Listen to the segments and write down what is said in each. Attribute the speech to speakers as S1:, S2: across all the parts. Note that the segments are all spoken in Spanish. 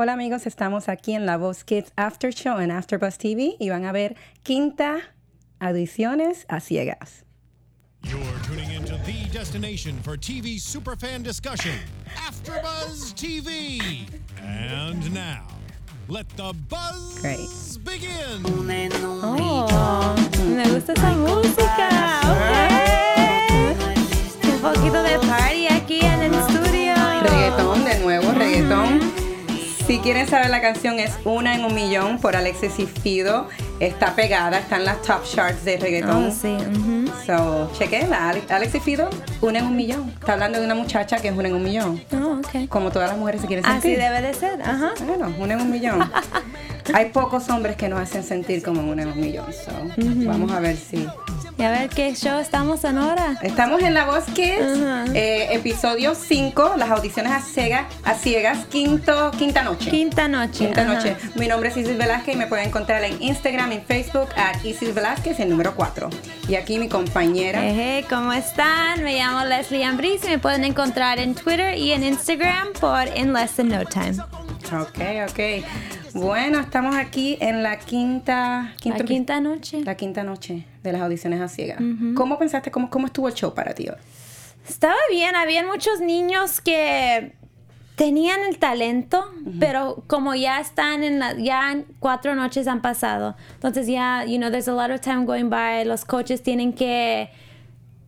S1: Hola amigos, estamos aquí en La Voz Kids After Show en AfterBuzz TV y van a ver quinta adiciones a ciegas.
S2: You're tuning into the destination for TV superfan discussion, AfterBuzz TV. And now, let the buzz
S1: Great.
S2: begin.
S3: Oh, me gusta esa música. ok. Un poquito de party aquí en el estudio.
S1: Reggaetón, de nuevo, reggaetón. Si quieren saber la canción es Una en un Millón por Alexis y Fido. Está pegada, está en las top charts de reggaetón.
S3: Oh, sí. ujú.
S1: So, chequenla. Ale- Alexis Fido, Una en un Millón. Está hablando de una muchacha que es Una en un Millón.
S3: Oh, ok.
S1: Como todas las mujeres se quieren
S3: Así
S1: sentir.
S3: debe Ah, de ser. Ajá.
S1: Bueno, una en un millón. Hay pocos hombres que nos hacen sentir como una en un millón. so, Vamos a ver si.
S3: Y a ver qué show estamos en ahora.
S1: Estamos en La Voz Kids,
S3: Ajá.
S1: eh, episodio 5, las audiciones a ciegas, a ciegas quinto, quinta noche.
S3: Quinta noche.
S1: Quinta
S3: ajá.
S1: noche. Mi nombre es Isis Velázquez y me pueden encontrar en Instagram, en Facebook, a Isis Velázquez, el número 4. Y aquí mi compañera.
S3: Eje, ¿cómo están? Me llamo Leslie Ambris y me pueden encontrar en Twitter y en Instagram por In Less Than No Time.
S1: Ok, ok. Bueno, estamos aquí en la quinta,
S3: La
S1: quinto epi-
S3: quinta noche.
S1: La quinta noche de las audiciones a ciegas. ¿Cómo pensaste, cómo, cómo estuvo el show para ti hoy?
S3: Estaba bien, habían muchos niños que tenían el talento, pero como ya están en la, ya en cuatro noches han pasado, entonces ya, you know, there's a lot of time going by, los coaches tienen que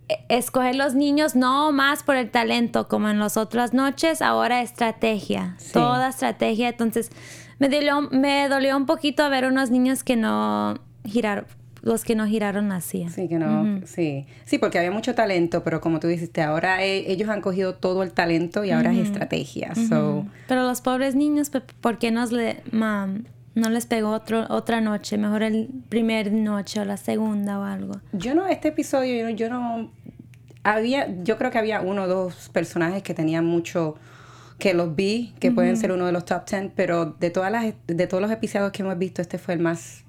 S3: e- escoger los niños no más por el talento como en las otras noches, ahora estrategia,
S1: Sí.
S3: toda estrategia, entonces me dolió, me dolió un poquito ver unos niños que no giraron, los que no giraron la silla.
S1: Sí, que no, sí. Sí, porque había mucho talento, pero como tú dijiste, ahora eh, ellos han cogido todo el talento y ahora es estrategia. So,
S3: Pero los pobres niños, pe- ¿por qué nos le, mam, no les pegó otro, otra noche? Mejor el primer noche o la segunda o algo.
S1: yo no, este episodio, yo no, yo no- había, yo creo que había uno o dos personajes que tenían mucho, que los vi, que pueden ser uno de los top 10, pero de todas las, de todos los episodios que hemos visto, este fue el más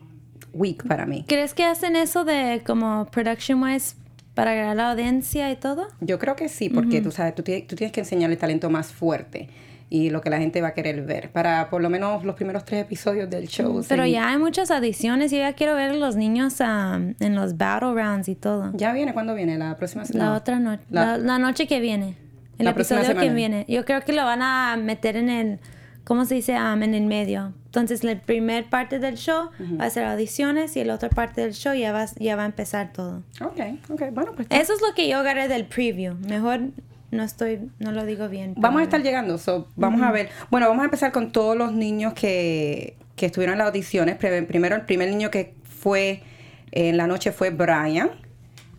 S1: weak para mí.
S3: ¿Crees que hacen eso de como production wise para agradar a la audiencia y todo?
S1: Yo creo que sí, porque tú sabes, tú, tie- tú tienes que enseñarle el talento más fuerte y lo que la gente va a querer ver para por lo menos los primeros tres episodios del show.
S3: Pero
S1: seguir.
S3: ya hay muchas adiciones y yo ya quiero ver a los niños am, en los battle rounds y todo.
S1: Ya viene, ¿cuándo viene? La próxima semana.
S3: La otra noche,
S1: La-
S3: la, la noche que viene. El
S1: La próxima
S3: episodio que
S1: semana.
S3: viene. Yo creo que lo van a meter en el, ¿cómo se dice? Am, en el medio. Entonces, la primer parte del show va a ser audiciones y la otra parte del show ya va, ya va a empezar todo.
S1: Ok, ok. Bueno, pues
S3: Eso es lo que yo agarré del preview. Mejor no estoy, no lo digo bien. pero-
S1: vamos a estar llegando. so, vamos a ver. Bueno, vamos a empezar con todos los niños que, que estuvieron en las audiciones. Pre- Primero, el primer niño que fue eh, en la noche fue Brian.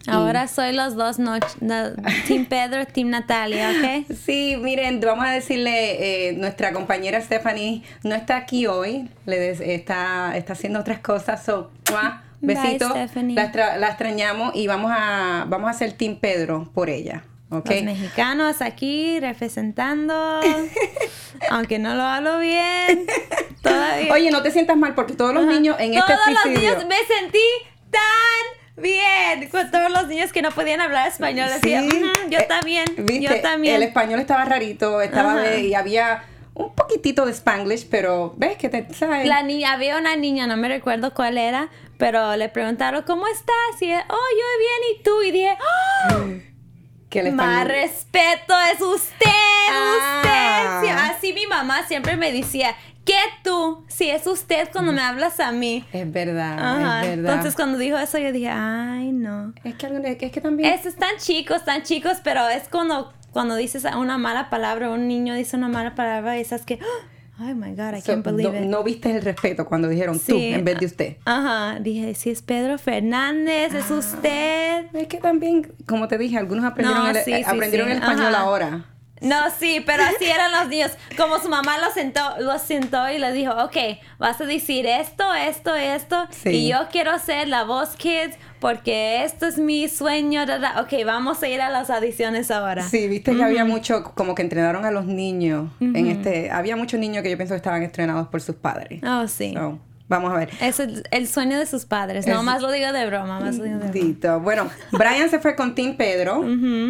S3: Ahora soy los dos noches, Team Pedro, Team Natalia, ¿ok?
S1: Sí, miren, vamos a decirle, eh, nuestra compañera Stephanie no está aquí hoy, le des- está, está haciendo otras cosas, so, ¡mua!
S3: Bye,
S1: besitos,
S3: Stephanie.
S1: la, extra- la extrañamos y vamos a, vamos a hacer Team Pedro por ella, ¿ok?
S3: Los mexicanos aquí representando, aunque no lo hablo bien, todavía.
S1: Oye, no te sientas mal porque todos los niños en
S3: Todos
S1: este
S3: los
S1: episodio...
S3: niños me sentí tan bien con todos los niños que no podían hablar español. Decía,
S1: Sí.
S3: "Ujú, yo
S1: Eh,
S3: también,
S1: ¿viste?
S3: yo también.
S1: El español estaba rarito, estaba
S3: Ajá.
S1: de- y había un poquitito de Spanglish, pero ves que te sabes.
S3: La niña, había una niña, no me recuerdo cuál era, pero le preguntaron, ¿cómo estás? Y ella, oh, yo bien, ¿y tú? Y dije, "Oh,
S1: que el
S3: más
S1: español-
S3: respeto es usted,
S1: Ah.
S3: usted. Sí, Así mi mamá siempre me decía, ¿qué tú? Si es usted cuando me hablas a mí.
S1: Es verdad,
S3: Ajá.
S1: es verdad.
S3: Entonces cuando dijo eso yo dije, ay, no.
S1: es que, alguna- es que también.
S3: Es, están chicos, están chicos, pero es cuando, cuando dices una mala palabra, un niño dice una mala palabra y estás que, oh my God, I
S1: So,
S3: can't believe
S1: no,
S3: it.
S1: no viste el respeto cuando dijeron tú
S3: Sí.
S1: en vez de usted. Ah.
S3: Ajá, dije, si es Pedro Fernández, es usted.
S1: Es que también, como te dije, algunos aprendieron,
S3: No,
S1: el,
S3: sí,
S1: eh,
S3: sí,
S1: aprendieron
S3: sí.
S1: el español
S3: Ajá.
S1: ahora.
S3: No, sí, pero así eran los niños. Como su mamá los sentó, los sentó y le dijo, ok, vas a decir esto, esto, esto.
S1: Sí.
S3: Y yo quiero ser la voz kids porque esto es mi sueño. da, da". Ok, vamos a ir a las audiciones ahora.
S1: Sí, viste que había mucho, como que entrenaron a los niños en este. Había muchos niños que yo pienso que estaban entrenados por sus padres.
S3: Oh, sí.
S1: So, vamos a ver.
S3: Eso Es el sueño de sus padres.
S1: Es-
S3: No, más lo digo de broma, más lo digo de broma.
S1: Bendito. Bueno, Brian se fue con Tim Pedro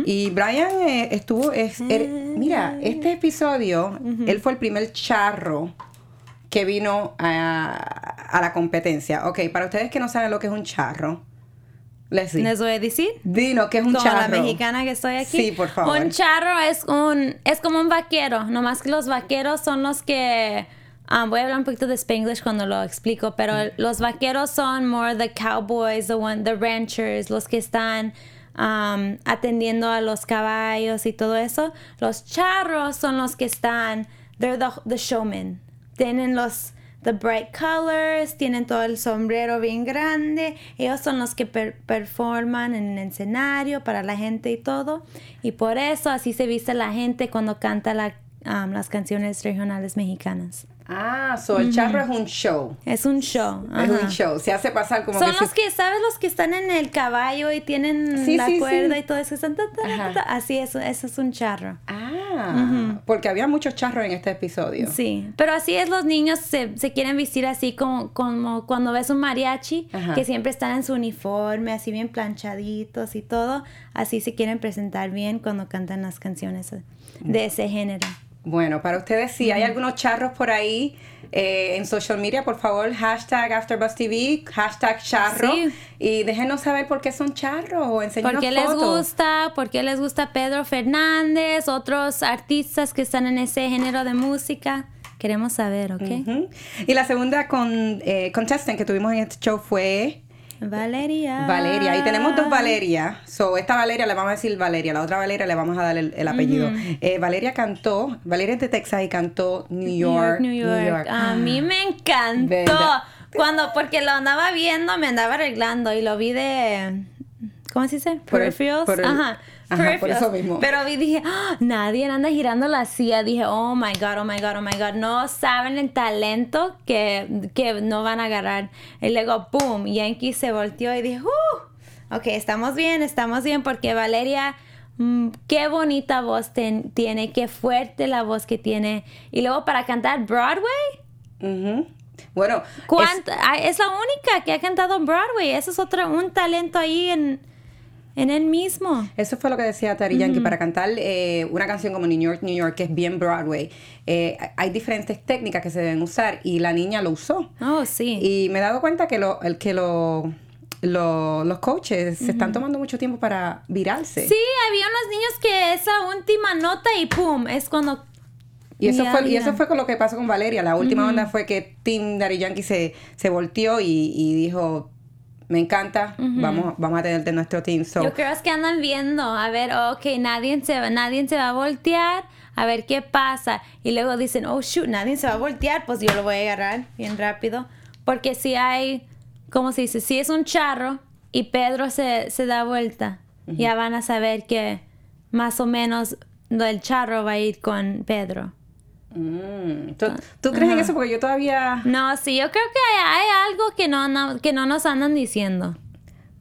S1: y Brian eh, estuvo, es- er- mira, este episodio, él fue el primer charro que vino a, a la competencia. Ok, para ustedes que no saben lo que es un charro, Leslie,
S3: Les voy a decir.
S1: dino que es un
S3: Como la
S1: charro.
S3: mexicana que estoy aquí.
S1: Sí, por favor.
S3: Un charro es un es como un vaquero, nomás que los vaqueros son los que um, voy a hablar un poquito de Spanglish cuando lo explico, pero
S1: Mm.
S3: los vaqueros son more the cowboys, the one, the ranchers, los que están um, atendiendo a los caballos y todo eso. Los charros son los que están they're the, the showmen. Tienen los the bright colors, tienen todo el sombrero bien grande. Ellos son los que per- performan en el escenario para la gente y todo. Y por eso así se viste la gente cuando canta la, um, las canciones regionales mexicanas.
S1: Ah, so el charro es un show.
S3: Es un show.
S1: Es
S3: ajá.
S1: un show. Se hace pasar como
S3: Son
S1: que se-
S3: los que, ¿sabes? Los que están en el caballo y tienen
S1: Sí,
S3: la
S1: sí, sí.
S3: cuerda y todo eso. Están ta, ta, ta,
S1: Ajá.
S3: ta. Así es, eso es un charro.
S1: Ah, porque había muchos charros en este episodio.
S3: Sí, pero así es, los niños se, se quieren vestir así como, como cuando ves un mariachi,
S1: Ajá.
S3: que siempre están en su uniforme, así bien planchaditos y todo. Así se quieren presentar bien cuando cantan las canciones
S1: Mm.
S3: de ese género.
S1: Bueno, para ustedes, si hay algunos charros por ahí eh, en social media, por favor, hashtag AfterBuzzTV, hashtag charro.
S3: Sí.
S1: Y déjenos saber por qué son charros o enseñarnos
S3: ¿Por qué les
S1: fotos.
S3: gusta? ¿Por qué les gusta Pedro Fernández? Otros artistas que están en ese género de música. Queremos saber, ¿ok?
S1: Ujú. Y la segunda con, eh, contestant que tuvimos en este show fue
S3: Valeria.
S1: Valeria. Y tenemos
S3: Ah.
S1: dos Valeria. So, esta Valeria le vamos a decir Valeria, la otra Valeria le vamos a dar el, el apellido. Eh, Valeria cantó, Valeria es de Texas y cantó New
S3: New
S1: York,
S3: York, New York. Ah, A mí me encantó.
S1: ¿Verdad?
S3: Cuando, porque lo andaba viendo, me andaba arreglando y lo vi de. ¿Cómo se dice?
S1: Por el-
S3: Peripherals.
S1: por el-
S3: ajá.
S1: ajá, por
S3: peripherals.
S1: eso mismo.
S3: Pero vi, dije, "Ah, nadie anda girando la silla. Dije, oh my God, oh my God, oh my God. No saben el talento que, que no van a agarrar. Y luego, boom, Yankee se volteó y dije, uh, ok, estamos bien, estamos bien, porque Valeria. Mm, qué bonita voz ten- tiene, qué fuerte la voz que tiene. Y luego para cantar Broadway,
S1: Ujú. Bueno, es-
S3: ¿cuánta- ah, es, la única que ha cantado en Broadway. Eso es otro, un talento ahí en, en él mismo.
S1: Eso fue lo que decía Tari Yankee. Para cantar eh, una canción como New York, New York, que es bien Broadway, eh, hay diferentes técnicas que se deben usar y la niña lo usó.
S3: Oh, sí.
S1: Y me he dado cuenta que, lo, el, que lo, lo- los coaches se están tomando mucho tiempo para virarse.
S3: Sí, había unos niños que esa última nota y pum, es cuando...
S1: Y eso,
S3: Ya,
S1: fue, y
S3: ya.
S1: eso fue con lo que pasó con Valeria. La última onda fue que Tim Daddy Yankee se, se volteó y, y dijo, me encanta, vamos, vamos a tenerte en nuestro team. So,
S3: Yo creo es que andan viendo, a ver, ok, nadie se, va, nadie se va a voltear, a ver qué pasa. Y luego dicen, oh shoot, nadie se va a voltear, pues yo lo voy a agarrar bien rápido. Porque si hay, ¿cómo se dice? Si es un charro y Pedro se, se da vuelta, ya van a saber que más o menos lo del charro va a ir con Pedro.
S1: mm,
S3: Ah.
S1: ¿tú, tú crees en eso? Porque yo todavía...
S3: No, sí, yo creo que hay, hay algo que no, no- que no nos andan diciendo.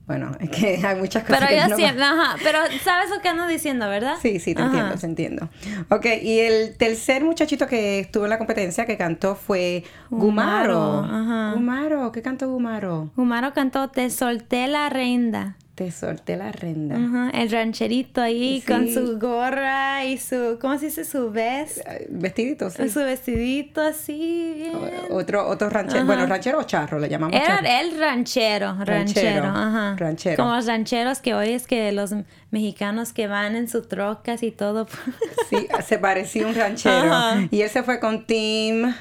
S1: Bueno, es que hay muchas cosas
S3: Pero
S1: que yo
S3: yo
S1: no-
S3: siempre, ajá, pero sabes lo que ando diciendo, ¿verdad?
S1: Sí, sí, te
S3: Ajá.
S1: entiendo, te entiendo. Ok, y el tercer muchachito que estuvo en la competencia que cantó fue Gumaro.
S3: Gumaro, ajá.
S1: Gumaro, ¿qué cantó Gumaro?
S3: Gumaro cantó Te solté la renda.
S1: Te solté la renda.
S3: Ajá, El rancherito ahí
S1: Sí.
S3: con su gorra y su, ¿cómo se dice? Su vest,
S1: Eh, Vestidito, sí. Oh,
S3: su vestidito así. bien.
S1: O- Otro, otro ranchero, bueno, ranchero o charro, le llamamos charro.
S3: Era el ranchero, ranchero,
S1: Ranchero,
S3: ajá.
S1: ranchero.
S3: Como los rancheros que hoy es que los mexicanos que van en sus trocas y todo.
S1: Sí, se parecía un ranchero.
S3: Ajá.
S1: Y él se fue con Tim,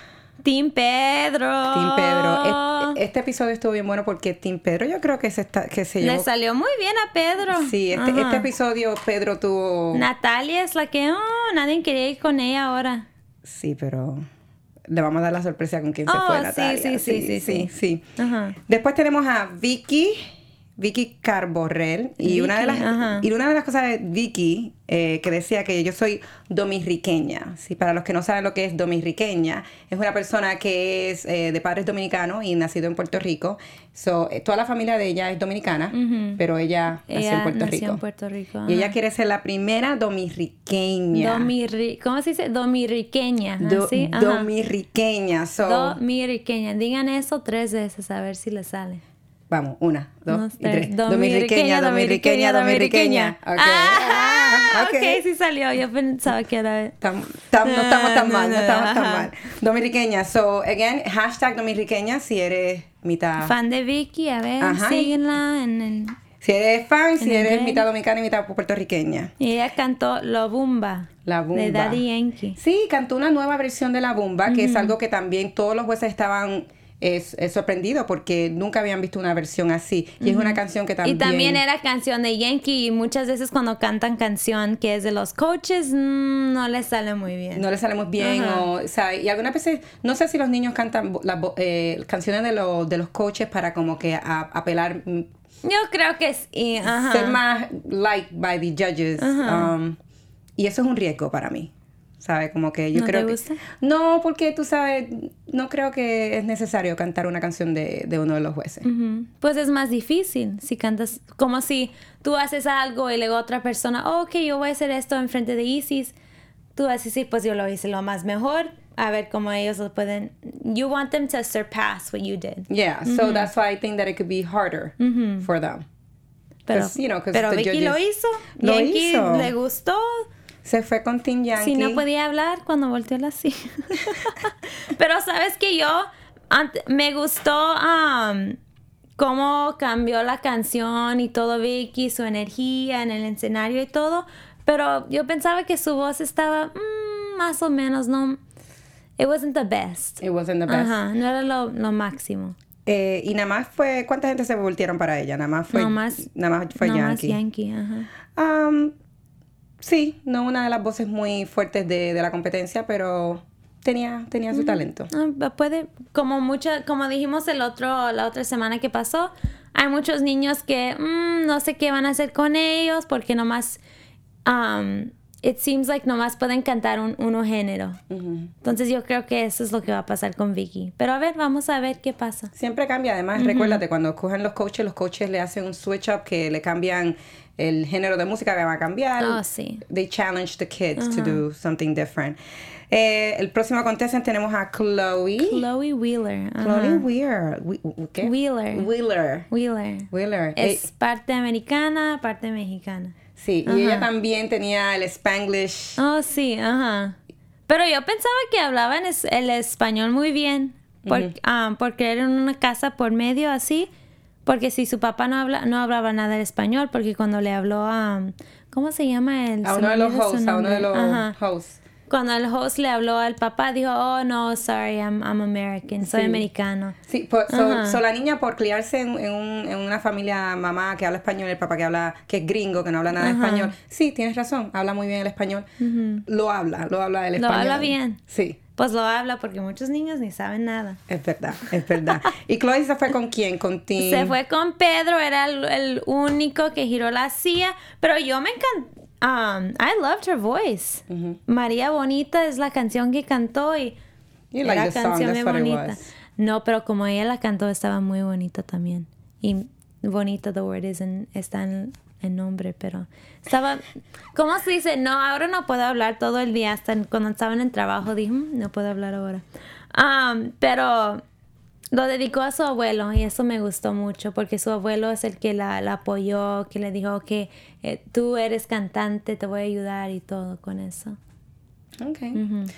S3: Team Pedro.
S1: Tim
S3: Ah.
S1: Pedro. Este, este episodio estuvo bien bueno porque Tim Pedro yo creo que se, está, que se
S3: Le
S1: llevó...
S3: salió muy bien a Pedro.
S1: este, Sí, este,
S3: Ajá.
S1: este episodio Pedro tuvo...
S3: Natalia es la que, oh, nadie quería ir con ella ahora.
S1: Sí, pero le vamos a dar la sorpresa con quién se
S3: Oh,
S1: fue
S3: sí,
S1: Natalia.
S3: sí, sí, sí,
S1: sí.
S3: Ajá.
S1: Después tenemos a Vicky, Vicky Carborrell. Y, una, de
S3: Vicky,
S1: las,
S3: ajá.
S1: y una de las cosas de Vicky eh, que decía que yo soy dominriqueña. ¿sí? Para los que no saben lo que es dominriqueña, es una persona que es eh, de padres dominicanos y nacido en Puerto Rico. So, eh, toda la familia de ella es dominicana, pero ella, nació en
S3: Ella
S1: Puerto
S3: nació
S1: Rico.
S3: en Puerto Rico,
S1: Y
S3: ajá.
S1: ella quiere ser la primera dominriqueña.
S3: Domirri, ¿Cómo se dice? Domirriqueña.
S1: Do-
S3: ¿sí? Ajá.
S1: dominriqueña. So,
S3: Domirriqueña. Digan eso tres veces a ver si le sale.
S1: Vamos, una, dos
S3: Unos
S1: y tres.
S3: tres. Dominriqueña,
S1: Dominriqueña, dominriqueña, dominriqueña.
S3: dominriqueña.
S1: Ok.
S3: Ah. Ah,
S1: ok.
S3: ok, sí salió. Yo pensaba que era.
S1: Tam- tam- no estamos tan
S3: No,
S1: mal, no
S3: no,
S1: estamos tan
S3: ajá.
S1: mal. Dominiqueña, so again, hashtag dominiqueña si eres mitad.
S3: Fan de Vicky, a ver,
S1: Ah. Ajá.
S3: síguenla en el.
S1: Si eres fan, si
S3: En
S1: eres
S3: inglés.
S1: mitad dominicana y mitad puertorriqueña.
S3: Y ella cantó Lo Bumba.
S1: La Bumba.
S3: De Daddy Yankee.
S1: Sí, cantó una nueva versión de La Bumba, que es algo que también todos los jueces estaban eh, eh, sorprendidos porque nunca habían visto una versión así. Y es una canción que también...
S3: Y también era canción de Yankee. Y muchas veces cuando cantan canción que es de los coaches, mm, no les sale muy bien.
S1: No le salemos bien
S3: Ajá.
S1: o, o sea, y algunas veces, no sé si los niños cantan bo- las bo- eh, canciones de, los de los coaches para como que a- apelar, mm,
S3: Yo creo que sí. Ajá.
S1: ser más liked by the judges.
S3: Ajá.
S1: um, y eso es un riesgo para mí. ¿Sabes? Como que yo
S3: ¿No
S1: creo
S3: te
S1: que-
S3: gusta?
S1: No, porque tú sabes, no creo que es necesario cantar una canción de, de uno de los jueces.
S3: Ujú. Pues es más difícil si cantas, como si tú haces algo y luego otra persona, oh, ok, yo voy a hacer esto enfrente de Isis. Tú vas a decir, pues yo lo hice lo más mejor, a ver cómo ellos lo pueden. You want them to surpass what you did.
S1: Yeah, so that's why I think that it could be harder for them.
S3: Pero,
S1: 'Cause, Pues, you know, 'cause
S3: pero
S1: the
S3: Vicky lo
S1: judges-
S3: hizo.
S1: Lo
S3: Yankee
S1: hizo.
S3: le gustó.
S1: Se fue con Team Yankee.
S3: Si no podía hablar cuando volteó la silla. pero sabes que yo ant- me gustó um, cómo cambió la canción y todo Vicky, su energía en el escenario y todo. Pero yo pensaba que su voz estaba mm, más o menos, no. It wasn't the best.
S1: It wasn't the best.
S3: Ajá, no era lo, lo máximo.
S1: Eh, y nada más fue, ¿cuánta gente se voltearon para ella? Nada más fue,
S3: Nada más-
S1: nada más fue
S3: no
S1: Yankee.
S3: más Yankee, ajá.
S1: Um, sí, no una de las voces muy fuertes de, de la competencia, pero tenía, tenía su talento.
S3: Ah, puede, como mucha, como dijimos el otro, la otra semana que pasó, hay muchos niños que mm, no sé qué van a hacer con ellos porque nomás, um, it seems like nomás pueden cantar un uno género. Entonces yo creo que eso es lo que va a pasar con Vicky. Pero a ver, vamos a ver qué pasa.
S1: Siempre cambia, además, recuérdate, cuando cogen los coaches, los coaches le hacen un switch up que le cambian el género de música que va a cambiar.
S3: Oh, sí.
S1: They challenge the kids to do something different. Eh, el próximo contestant tenemos a Chloe.
S3: Chloe Wheeler. ajá.
S1: Chloe Weir. Wi- ¿qué?
S3: Wheeler.
S1: Wheeler.
S3: Wheeler.
S1: Wheeler.
S3: Es
S1: Eh,
S3: parte americana, parte mexicana.
S1: sí, y ella también tenía el Spanglish.
S3: Oh, sí, ajá. Pero yo pensaba que hablaban es- el español muy bien. Por, ah, por creer en una casa por medio así. Porque si su papá no, habla, no hablaba nada de español, porque cuando le habló a... ¿Cómo se llama el
S1: a
S3: Ah, se
S1: uno
S3: me
S1: de los
S3: olvida su
S1: hosts, a uno de
S3: nombre.
S1: los
S3: Ajá.
S1: hosts.
S3: Cuando el host le habló al papá, dijo, oh, no, sorry, I'm, I'm American, soy
S1: Sí.
S3: americano.
S1: Sí, por- so,
S3: Ajá.
S1: so la niña por criarse en, en un- en una familia mamá que habla español, el papá que habla, que es gringo, que no habla nada de español. Sí, tienes razón, habla muy bien el español. Lo habla, lo habla el
S3: Lo
S1: español.
S3: habla bien.
S1: Sí,
S3: Pues lo habla porque muchos niños ni saben nada.
S1: es verdad, es verdad. ¿Y Chloe se fue con quién? Con Tim.
S3: Se fue con Pedro, era el, el único que giró la silla, pero yo me encantó. I loved her voice. María Bonita es la canción que cantó y
S1: You like the song, that's what it was.
S3: No, pero como ella la cantó estaba muy bonita también. Y bonita the word is en, está en el nombre, pero estaba ¿Cómo se dice? No, ahora no puedo hablar todo el día hasta en- cuando estaba en el trabajo dije, "Mm, no puedo hablar ahora. Um, pero lo dedicó a su abuelo y eso me gustó mucho porque su abuelo es el que la, la apoyó, que le dijo que eh, tú eres cantante, te voy a ayudar y todo con eso.
S1: Okay.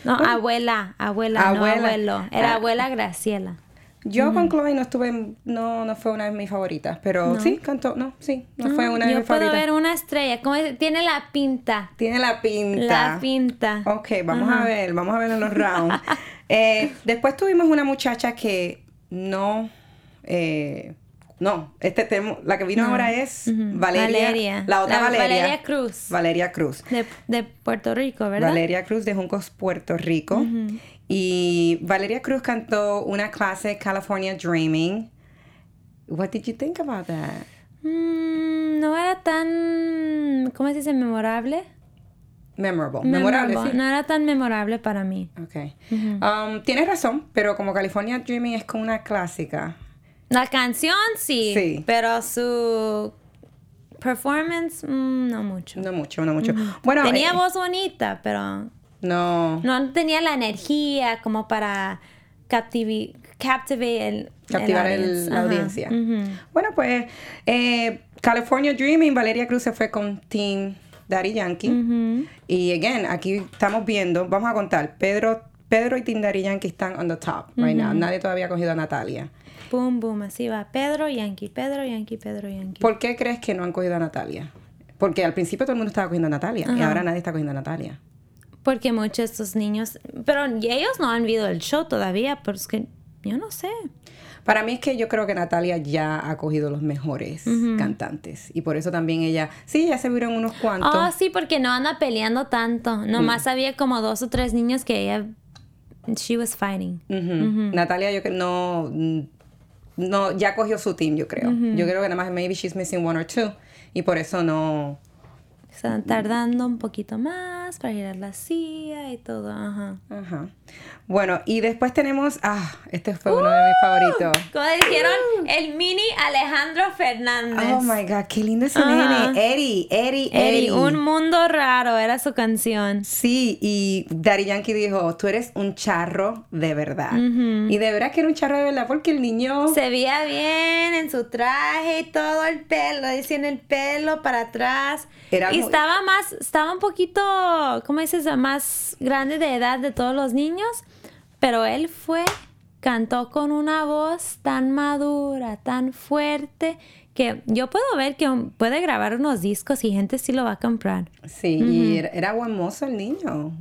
S3: No, abuela, abuela,
S1: Abuela.
S3: no abuelo. Era
S1: Ah.
S3: abuela Graciela.
S1: Yo con Chloe no estuve, no, no fue una de mis favoritas, pero sí, cantó, no, sí, no fue una de
S3: Ah, Yo
S1: mis
S3: puedo
S1: favoritas.
S3: ver una estrella. ¿Cómo es? Tiene la pinta.
S1: Tiene la pinta.
S3: La pinta.
S1: Ok, vamos a ver, vamos a ver en los rounds. Eh, después tuvimos una muchacha que no, eh, no, este tema, la que vino ahora es Valeria,
S3: Valeria.
S1: la otra
S3: La-
S1: Valeria,
S3: Valeria Cruz.
S1: Valeria Cruz.
S3: De, de Puerto Rico, ¿verdad?
S1: Valeria Cruz de Juncos, Puerto Rico. Y Valeria Cruz cantó una clase California Dreaming. What did you think about that?
S3: Mm, no era tan. ¿Cómo se dice? Memorable.
S1: Memorable. Memorable,
S3: Memorable.
S1: sí.
S3: No era tan memorable para mí.
S1: Ok. Um, tienes razón, pero como California Dreaming es como una clásica.
S3: La canción sí.
S1: Sí.
S3: Pero su performance, mm, no mucho.
S1: No mucho, no mucho. Bueno,
S3: tenía
S1: eh,
S3: voz bonita, pero
S1: No.
S3: no tenía la energía como para captivi- captivate el,
S1: Captivar el-
S3: audience.
S1: la
S3: Ajá.
S1: audiencia.
S3: Ujú.
S1: Bueno, pues eh, California Dreaming, Valeria Cruz se fue con Team Daddy Yankee. Y again, aquí estamos viendo, vamos a contar, Pedro, Pedro y Team Daddy Yankee están on the top right now. Nadie todavía ha cogido a Natalia.
S3: Boom, boom, así va. Pedro Yankee, Pedro Yankee, Pedro Yankee.
S1: ¿Por qué crees que no han cogido a Natalia? Porque al principio todo el mundo estaba cogiendo a Natalia y ahora nadie está cogiendo a Natalia.
S3: Porque muchos de estos niños, pero ellos no han visto el show todavía, pero es que yo no sé.
S1: Para mí es que yo creo que Natalia ya ha cogido los mejores cantantes y por eso también ella, sí, ya se vieron unos cuantos.
S3: Oh, sí, porque no anda peleando tanto.
S1: Mm.
S3: Nomás había como dos o tres niños que ella, she was fighting.
S1: Ujú. Natalia, yo creo, no, mm, no, ya cogió su team, yo creo. Yo creo que nada más, maybe she's missing one or two. Y por eso no.
S3: Están tardando un poquito más para girar la silla y todo. Ajá.
S1: Ajá. Bueno, y después tenemos, ah, este fue uno de mis
S3: ¡Uh!
S1: favoritos.
S3: Como dijeron, el mini Alejandro Fernández.
S1: Oh my God, qué lindo ese
S3: Ajá.
S1: nene. Eddie, Eddie,
S3: Ah. Eri,
S1: Eddie.
S3: un mundo raro era su canción.
S1: Sí, y Daddy Yankee dijo, tú eres un charro de verdad. Y de verdad que era un charro de verdad porque el niño...
S3: Se veía bien en su traje y todo el pelo, diciendo el pelo para atrás.
S1: Era
S3: y
S1: muy-
S3: estaba más, estaba un poquito, ¿cómo dices? Más grande de edad de todos los niños, pero él fue, cantó con una voz tan madura, tan fuerte, que yo puedo ver que un- puede grabar unos discos y gente sí lo va a comprar.
S1: Sí, y era, era buen mozo el niño.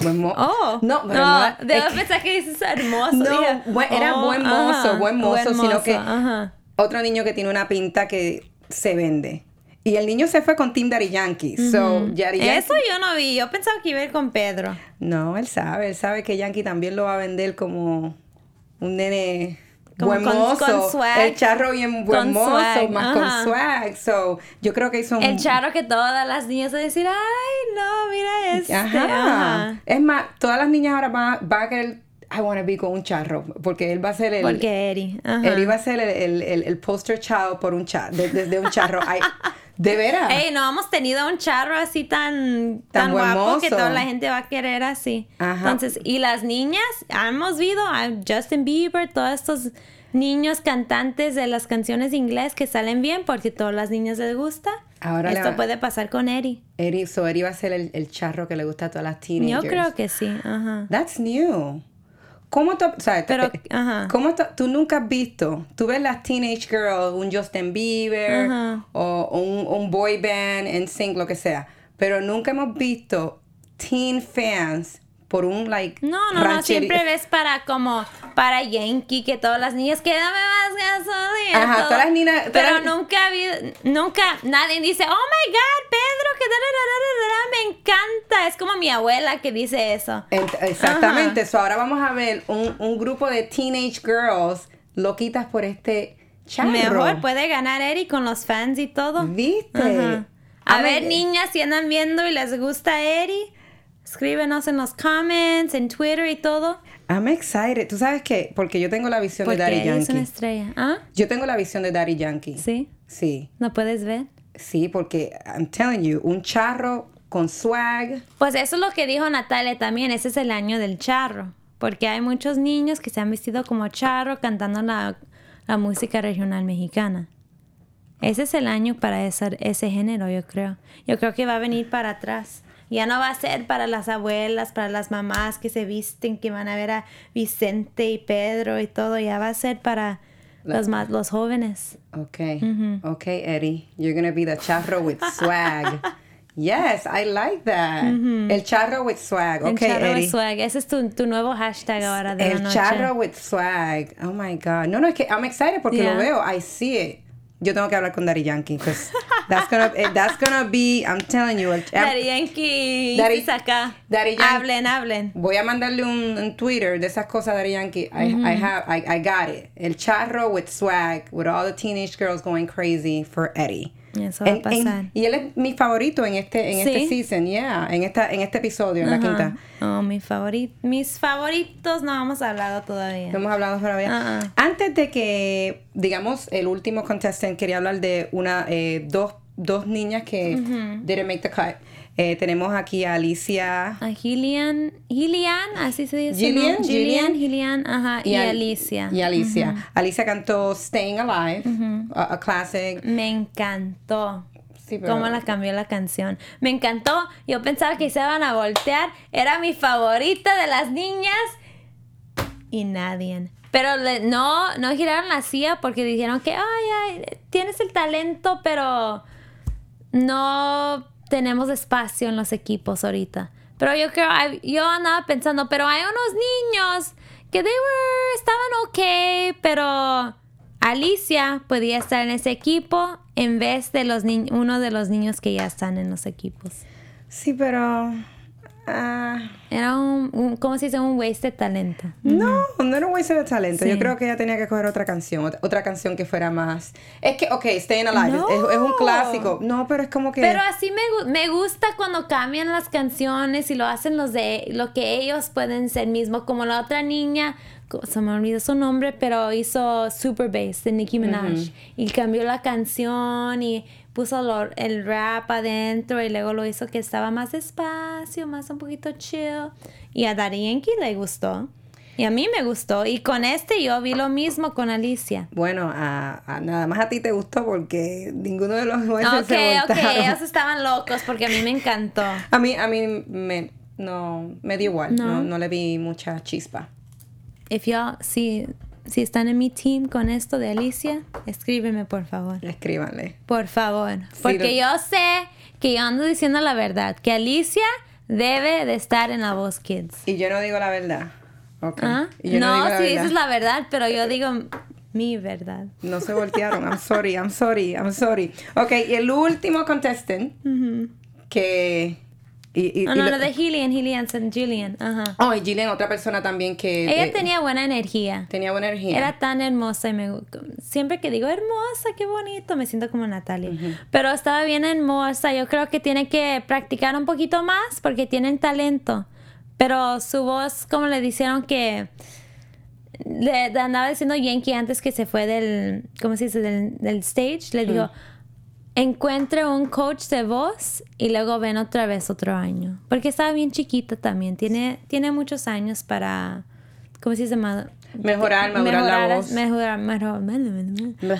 S1: Buen mozo.
S3: Oh,
S1: no, pero
S3: no,
S1: no-
S3: de
S1: es que-
S3: pensar que dices hermoso.
S1: No,
S3: dije,
S1: bu- era buen mozo,
S3: ajá,
S1: buen mozo, sino que-
S3: ajá.
S1: otro niño que tiene una pinta que se vende. Y el niño se fue con Team Daddy Yankee. So, Daddy Yankee-
S3: Eso yo no vi, yo pensaba que iba a ir con Pedro.
S1: No, él sabe, él sabe que Yankee también lo va a vender como un nene
S3: Como
S1: buen
S3: con-
S1: mozo.
S3: con swag.
S1: El charro bien buen
S3: Con
S1: mozo,
S3: swag,
S1: más
S3: ajá.
S1: con swag. So, yo creo que hizo un...
S3: El charro que todas las niñas van a decir, ay, no, mira este.
S1: Ajá.
S3: ajá.
S1: Es más, todas las niñas ahora van, a- van a querer... I wanna be con un charro, porque él va a ser el...
S3: Porque Eri. Ajá.
S1: Él iba a ser el, el, el- el poster child por un char, de, de- de un charro. Ay, de veras.
S3: Ey, no hemos tenido un charro así tan, tan,
S1: Tan buen
S3: guapo que
S1: mozo.
S3: toda la gente va a querer así.
S1: Ajá.
S3: Entonces, y las niñas, hemos visto a Justin Bieber, todos estos niños cantantes de las canciones inglés que salen bien porque todas las niñas les gusta.
S1: Ahora le
S3: Esto
S1: va-
S3: puede pasar con Eri.
S1: Eri, so Eri va a ser el, el charro que le gusta a todas las
S3: Yo
S1: teenagers.
S3: creo que sí, ajá.
S1: That's new. ¿Cómo tú, o sea,
S3: Pero,
S1: te-
S3: ajá.
S1: ¿cómo tú- tú nunca has visto? Tú ves las teenage girls, un Justin Bieber
S3: Ajá.
S1: o un, un boy band, en sync, lo que sea. Pero nunca hemos visto teen fans por un like
S3: No, no, no,
S1: rancheri-
S3: siempre ves para como para Yankee que todas las niñas que dame más gasolina.
S1: Ajá,
S3: todo.
S1: todas las niñas- todas
S3: Pero
S1: las-
S3: nunca vi, nunca nadie dice, "Oh my god, Pedro, que da, da, da, da, da, me encanta." Es como mi abuela que dice eso.
S1: Ent- Exactamente. So, ahora vamos a ver un, un grupo de teenage girls loquitas por este charro.
S3: Mejor puede ganar Eri con los fans y todo.
S1: ¿Viste?
S3: Ajá. A
S1: Ay,
S3: ver,
S1: eh,
S3: niñas, si andan viendo y les gusta Eri, escríbenos en los comments, en Twitter y todo,
S1: I'm excited. ¿Tú sabes qué? Porque yo tengo la visión
S3: porque
S1: de Daddy
S3: Eri es una
S1: Yankee.
S3: estrella. ¿Ah?
S1: Yo tengo la visión de Daddy Yankee.
S3: ¿Sí?
S1: Sí,
S3: ¿No puedes ver?
S1: sí, porque I'm telling you, un charro con swag.
S3: Pues eso es lo que dijo Natalia también, ese es el año del charro, porque hay muchos niños que se han vestido como charro cantando la, la música regional mexicana. Ese es el año para esa- ese género, yo creo. Yo creo que va a venir para atrás. Ya no va a ser para las abuelas, para las mamás que se visten, que van a ver a Vicente y Pedro y todo. Ya va a ser para los más los jóvenes.
S1: Ok, ok, Eddie. You're gonna be the charro with swag. yes, I like that. El charro with swag.
S3: el
S1: Ok,
S3: charro
S1: Eddie.
S3: es swag. Ese es tu, tu nuevo hashtag ahora de la
S1: El
S3: noche.
S1: charro with swag. Oh my God. No, no, es que I'm excited porque
S3: Yeah.
S1: lo veo. I see it. Yo tengo que hablar con Daddy Yankee. 'cause That's gonna, eh, that's gonna be, I'm telling you. el-
S3: Daddy Yankee,
S1: Daddy-
S3: dices acá.
S1: Daddy Yan-
S3: Hablen, hablen.
S1: Voy a mandarle un, un Twitter de esas cosas Daddy Yankee. I, I have, I, I got it. El charro with swag, with all the teenage girls going crazy for Eddie.
S3: Eso va a
S1: En- en-
S3: pasar.
S1: y él es mi favorito en este, en
S3: ¿Sí?
S1: este season, yeah, en esta, en este episodio, en la quinta.
S3: Oh, mi favori- mis favoritos no hemos hablado todavía.
S1: No hemos hablado todavía.
S3: Ah,
S1: Antes de que, digamos, el último contestant, quería hablar de una, eh, dos, dos niñas que didn't make the cut. Eh, tenemos aquí a Alicia
S3: A Gillian, Gillian, así se dice.
S1: Gillian,
S3: ¿no? Gillian,
S1: Gillian.
S3: Gillian, ajá, y,
S1: Al-
S3: Alicia.
S1: Y Alicia. Alicia cantó Staying Alive, a, a classic.
S3: Me encantó.
S1: Sí, pero-
S3: Cómo la cambió la canción. Me encantó. Yo pensaba que se iban a voltear. Era mi favorita de las niñas. Y nadie. Pero le- no, no giraron la silla porque dijeron que, ay, ay, tienes el talento, pero no tenemos espacio en los equipos ahorita. Pero yo creo, I- yo andaba pensando, pero hay unos niños que they were, estaban ok, pero Alicia podía estar en ese equipo en vez de los ni- uno de los niños que ya están en los equipos.
S1: Sí, pero. ah,
S3: Era un, un- ¿cómo se dice? Un waste de talento.
S1: No, no era un waste de talento. Yo
S3: Sí.
S1: creo que ella tenía que coger otra canción, ot- otra canción que fuera más. Es que, ok, Staying Alive es- es, es un
S3: No.
S1: clásico. No, pero es como que.
S3: Pero así me, gu- me gusta cuando cambian las canciones y lo hacen los de lo que ellos pueden ser mismo, como la otra niña, co- se me olvidó su nombre, pero hizo Super Bass de Nicki Minaj y cambió la canción y puso lo- el rap adentro y luego lo hizo que estaba más despacio, más un poquito chill y a Daddy Yankee le gustó. Y a mí me gustó. Y con este yo vi lo mismo con Alicia.
S1: Bueno, a, a- nada más a ti te gustó porque ninguno de los jueces Pues
S3: Ok,
S1: se
S3: ok,
S1: voltaron.
S3: ellos estaban locos porque a mí me encantó.
S1: A mí, a mí me, no, me dio igual. No.
S3: No.
S1: no le vi mucha chispa.
S3: If y'all, si, si están en mi team con esto de Alicia, escríbeme por favor.
S1: Escríbanle.
S3: Por favor. Porque
S1: lo-
S3: yo sé que yo ando diciendo la verdad, que Alicia debe de estar en la voz Kids.
S1: Y yo no digo la verdad. Ok.
S3: ¿Ah?
S1: Y yo no,
S3: No,
S1: digo la
S3: si
S1: verdad.
S3: dices la verdad, pero yo digo mi verdad.
S1: No se voltearon. I'm sorry, I'm sorry, I'm sorry. Ok, y el último contestant que. Y, y-
S3: No,
S1: y
S3: no,
S1: lo-
S3: no, de Gillian, Gillian, San Julian. Ajá.
S1: Oh, y Gillian, otra persona también que. eh,
S3: Ella tenía buena energía.
S1: tenía buena energía.
S3: Era tan hermosa y me gu- siempre que digo hermosa, qué bonito, me siento como Natalia. Pero estaba bien hermosa. Yo creo que tiene que practicar un poquito más porque tienen talento. Pero su voz, como le dijeron que le le andaba diciendo Yankee antes que se fue del, ¿cómo se dice? Del, del stage, le digo, encuentre un coach de voz y luego ven otra vez otro año. Porque estaba bien chiquita también, tiene, tiene muchos años para, ¿cómo se dice? Ma-
S1: Mejorar, madurar la voz.
S3: Mejorar, mejor-
S1: Mejorar.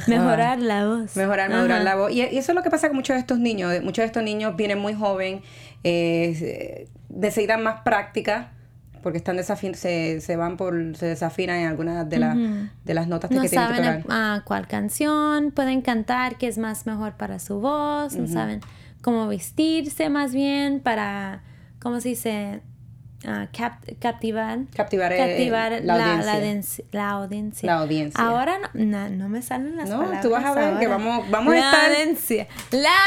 S3: mejorar, la voz.
S1: Mejorar, madurar
S3: Ajá.
S1: la voz. Y, y eso es lo que pasa con muchos de estos niños. De- Muchos de estos niños vienen muy joven, eh, se- necesitan más práctica porque están desafi- se, se van por, se desafinan en algunas de, las de las notas
S3: No
S1: que tienen que
S3: saben
S1: tocar.
S3: a, a cuál canción pueden cantar, qué es más mejor para su voz, no saben cómo vestirse más bien para, ¿cómo se dice? Ah, cap- captivar.
S1: Captivar, eh,
S3: Captivar
S1: la
S3: la, la
S1: audiencia.
S3: audiencia. la audiencia.
S1: La audiencia.
S3: Ahora no, na- no me salen las
S1: No,
S3: palabras.
S1: tú vas a ver que
S3: ahora.
S1: vamos- vamos a
S3: la
S1: estar-
S3: audiencia. La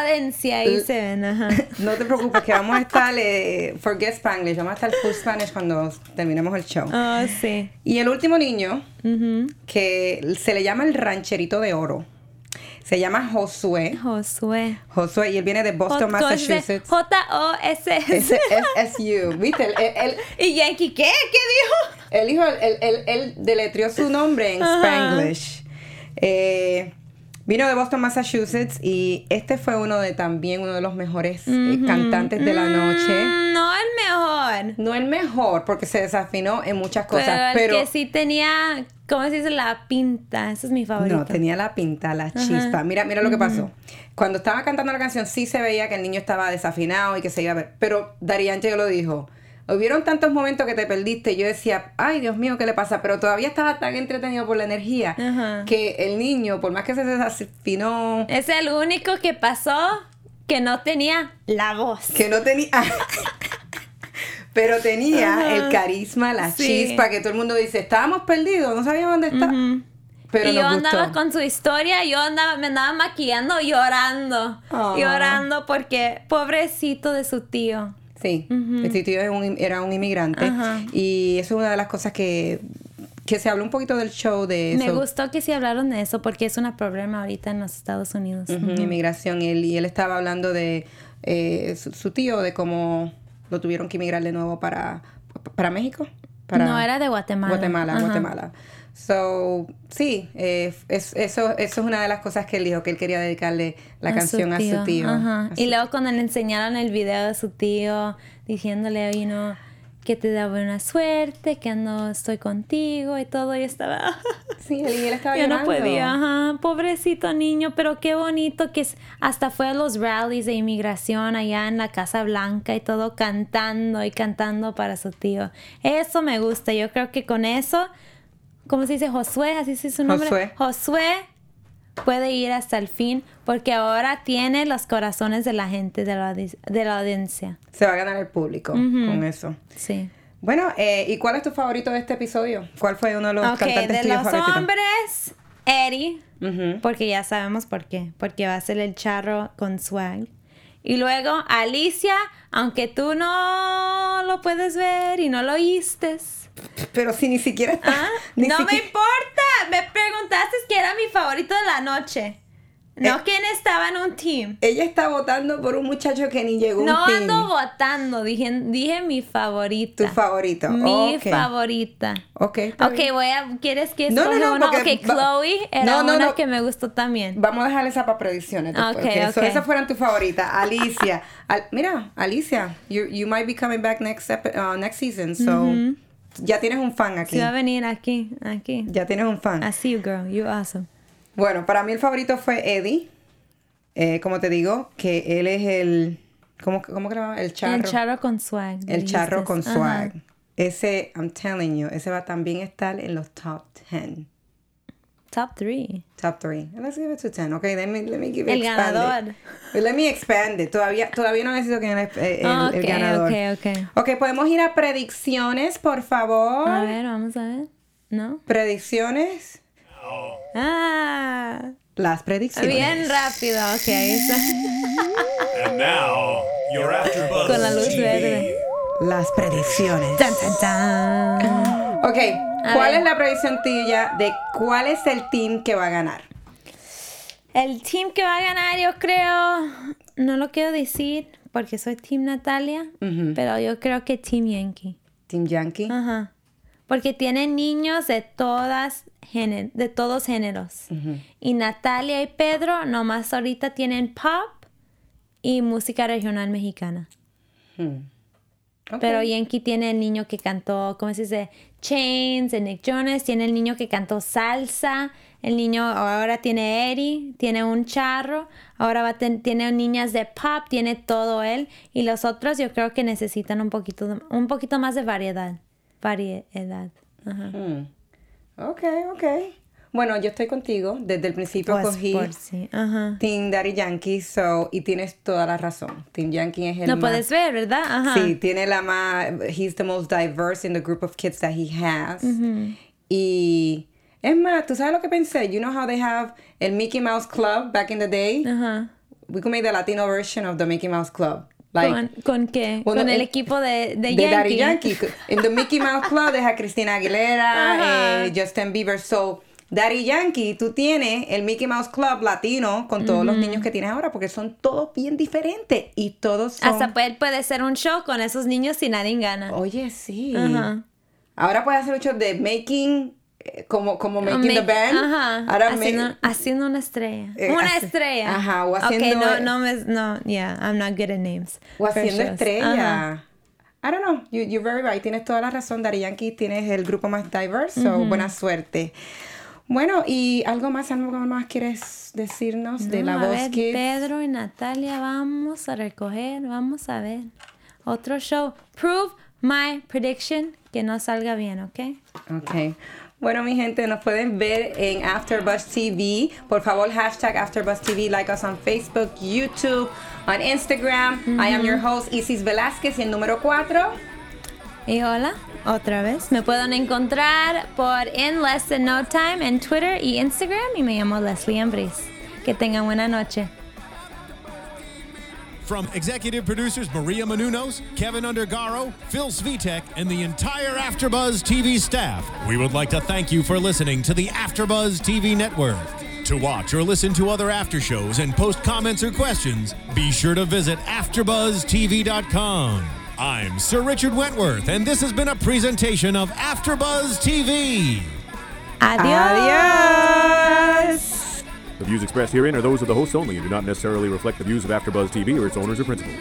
S3: audiencia. Ahí
S1: L-
S3: se ven, ajá.
S1: No te preocupes, que vamos a estar eh, Forget Spanglish, vamos a estar full Spanish cuando terminemos el show.
S3: Oh, sí.
S1: Y el último niño,
S3: Ujú.
S1: que se le llama el rancherito de oro, se llama Josué.
S3: Josué.
S1: Josué, y él viene de Boston,
S3: Hot Coach de
S1: Massachusetts.
S3: J-O-S-S.
S1: Ese es SU, ¿viste? Él, él- él-
S3: ¿Y Yankee qué? ¿Qué dijo?
S1: él dijo- él- él- él deletrió su nombre en
S3: Ajá.
S1: Spanglish. Eh, vino de Boston, Massachusetts, y este fue uno de también uno de los mejores eh, cantantes de la noche.
S3: Mm, No el mejor.
S1: No el mejor, porque se desafinó en muchas
S3: pero,
S1: cosas,
S3: el
S1: pero,
S3: que sí tenía, ¿cómo se dice? La pinta. Ese es mi favorito.
S1: no, tenía la pinta, la chispa. Mira, mira lo que pasó. Cuando estaba cantando la canción, sí se veía que el niño estaba desafinado y que se iba a ver. Pero Darianche lo dijo. Hubieron tantos momentos que te perdiste. Yo decía, ay, Dios mío, ¿qué le pasa? Pero todavía estaba tan entretenido por la energía
S3: Ajá.
S1: que el niño, por más que se desafinó,
S3: Es el único que pasó que no tenía la voz.
S1: que no tenía. Pero tenía
S3: Ajá.
S1: el carisma, la
S3: Sí.
S1: chispa que todo el mundo dice, estábamos perdidos, no sabíamos dónde está. Pero
S3: y yo
S1: nos
S3: andaba
S1: gustó.
S3: con su historia, yo andaba, me andaba maquillando y llorando.
S1: Aw.
S3: Llorando porque pobrecito de su tío.
S1: Sí, este tío es un- era un inmigrante
S3: Ajá.
S1: y eso es una de las cosas que, que se habla un poquito del show de
S3: Me
S1: eso,
S3: gustó que sí hablaron de eso porque es un problema ahorita en los Estados Unidos.
S1: ujú, inmigración y él, y él estaba hablando de eh, su, su tío, de cómo lo tuvieron que emigrar de nuevo para, para México. Para
S3: No, era de Guatemala.
S1: Guatemala,
S3: Ajá.
S1: Guatemala. So, sí, eh, es- eso, eso es una de las cosas que él dijo, que él quería dedicarle la
S3: A
S1: canción a su tío.
S3: Ajá.
S1: A su
S3: Y luego cuando le enseñaron el video de su tío, diciéndole, you know, que te da buena suerte, que no estoy contigo y todo. Y estaba.
S1: Sí, él, él estaba
S3: Yo no
S1: llorando.
S3: podía, ajá. pobrecito niño, pero qué bonito que es- hasta fue a los rallies de inmigración allá en la Casa Blanca y todo cantando y cantando para su tío. Eso me gusta, yo creo que con eso, ¿cómo se dice? Josué, así es su nombre.
S1: Josué.
S3: Josué puede ir hasta el fin porque ahora tiene los corazones de la gente, de la, audi- de la audiencia.
S1: Se va a ganar el público con eso.
S3: Sí.
S1: Bueno, eh, ¿y cuál es tu favorito de este episodio? ¿Cuál fue uno de los
S3: ok,
S1: cantantes
S3: de
S1: tuyos
S3: los
S1: favoritos?
S3: hombres, Eddie.
S1: Ujú.
S3: Porque ya sabemos por qué. Porque va a ser el charro con swag. Y luego Alicia, aunque tú no lo puedes ver y no lo oíste.
S1: Pero si ni siquiera está.
S3: ¿ah?
S1: ni
S3: No me
S1: siquiera-
S3: importa. Me preguntaste que era mi favorito de la noche. No
S1: Eh.
S3: quién estaba en un team.
S1: Ella está votando por un muchacho que ni llegó a un
S3: No
S1: team.
S3: ando votando. Dije, dije mi favorita.
S1: Tu favorito,
S3: Mi
S1: ok.
S3: favorita.
S1: Ok. está
S3: Ok,
S1: bien.
S3: voy a. ¿Quieres que
S1: No, no,
S3: escoja
S1: no,
S3: una?
S1: porque
S3: Ok,
S1: va-
S3: Chloe era
S1: No, no,
S3: una
S1: no.
S3: que me gustó también.
S1: Vamos a dejar esa para predicciones. después,
S3: Ok,
S1: ¿ok? So,
S3: ok.
S1: esas fueron tus favoritas. Alicia. Al- mira, Alicia, you, you might be coming back next, ep- uh, next season. So, ya tienes un fan aquí.
S3: Si va a venir aquí, aquí.
S1: Ya tienes un fan.
S3: I see you, girl. You're awesome.
S1: Bueno, para mí el favorito fue Eddie. Eh, como te digo, que él es el. ¿Cómo, cómo que lo llaman? El charro.
S3: El charro con swag.
S1: El
S3: dijiste.
S1: charro con
S3: este Ajá.
S1: swag. Ese, I'm telling you, ese va también a estar en los top 10.
S3: Top three.
S1: Top 3. Let's give it to 10. Okay, let me, let me give it
S3: El
S1: expand
S3: ganador.
S1: It. Let me expand it. Todavía, todavía no necesito que gane el, el- eh, el
S3: Ok,
S1: ganador.
S3: ok, ok.
S1: Ok, podemos ir a predicciones, por favor.
S3: A ver, vamos a ver. ¿No?
S1: Predicciones.
S3: Ah.
S1: Las predicciones.
S3: Bien rápido. Ok, ahí está.
S2: And now, you're after Buzz
S3: Con la luz
S2: TV.
S3: verde.
S1: Las predicciones.
S3: Tan, tan, tan.
S1: Ok, ¿cuál
S3: ver.
S1: es la predicción tuya de cuál es el team que va a ganar?
S3: El team que va a ganar, yo creo. No lo quiero decir porque soy Team Natalia, pero yo creo que Team Yankee.
S1: ¿Team Yankee?
S3: Ajá. Porque tienen niños de todas géne- de todos géneros. Y Natalia y Pedro nomás ahorita tienen pop y música regional mexicana.
S1: Ok.
S3: Pero Yankee tiene el niño que cantó, ¿cómo se dice? Chains, de Nick Jonas, tiene el niño que cantó salsa, el niño ahora tiene Eddie, tiene un charro, ahora va a ten- tiene niñas de pop, tiene todo él. Y los otros yo creo que necesitan un poquito, de- un poquito más de variedad. Variedad. Ajá.
S1: Ok, ok. Bueno, yo estoy contigo. Desde el principio
S3: Pues,
S1: cogí
S3: por sí, ajá.
S1: Team Daddy Yankee, so, y tienes toda la razón. Team Yankee es el
S3: No
S1: más...
S3: puedes ver, ¿verdad? Ajá.
S1: Sí, tiene la más... He's the most diverse in the group of kids that he has. Y... Es más, ¿tú sabes lo que pensé? You know how they have el Mickey Mouse Club back in the day?
S3: Ajá.
S1: We could make the Latino version of the Mickey Mouse Club. Like,
S3: ¿Con, con qué?
S1: Bueno,
S3: con el,
S1: el-
S3: equipo de,
S1: de
S3: de, Yankee.
S1: Daddy Yankee. En The Mickey Mouse Club deja Cristina Aguilera,
S3: Ajá.
S1: eh, Justin Bieber. So, Daddy Yankee, tú tienes el Mickey Mouse Club latino con todos los niños que tienes ahora, porque son todos bien diferentes y todos son... Oh,
S3: Hasta puede, puede ser un show con esos niños sin nadie gana.
S1: Oye, sí.
S3: Ajá.
S1: Ahora puedes hacer mucho de making, eh, como, como making the
S3: Uh, Make-
S1: band.
S3: Ajá.
S1: Ahora ma-
S3: haciendo, haciendo una estrella.
S1: Eh,
S3: una
S1: hace-
S3: estrella.
S1: ajá, o
S3: Ok,
S1: haciendo-
S3: no, no, me, no, yeah, I'm not good at names.
S1: O
S3: for
S1: haciendo
S3: shows. Ajá.
S1: estrella. I don't know. You, you're very right. Tienes toda la razón. Daddy Yankee tienes el grupo más diverso. Buena suerte. Bueno, y algo más, algo más quieres decirnos de
S3: No,
S1: la
S3: a
S1: voz
S3: ver,
S1: Kids?
S3: Pedro y Natalia, vamos a recoger, vamos a ver. Otro show. Prove my prediction que no salga bien, ¿ok?
S1: Ok. Bueno, mi gente, nos pueden ver en AfterBuzz TV. Por favor, hashtag AfterBuzz TV. Like us on Facebook, YouTube, on Instagram. I am your host, Isis Velázquez. Y el número 4.
S3: Y hola, otra vez. Me pueden encontrar por In Less Than No Time en Twitter y Instagram y me llamo Leslie Ambris. Que tengan buena noche.
S2: From executive producers Maria Manunos, Kevin Undergaro, Phil Svitek, and the entire AfterBuzz TV staff, we would like to thank you for listening to the AfterBuzz TV network. To watch or listen to other after shows and post comments or questions, be sure to visit AfterBuzzTV.com. I'm Sir Richard Wentworth, and this has been a presentation of AfterBuzz TV.
S1: Adiós.
S4: The views expressed herein are those of the hosts only and do not necessarily reflect the views of AfterBuzz TV or its owners or principals.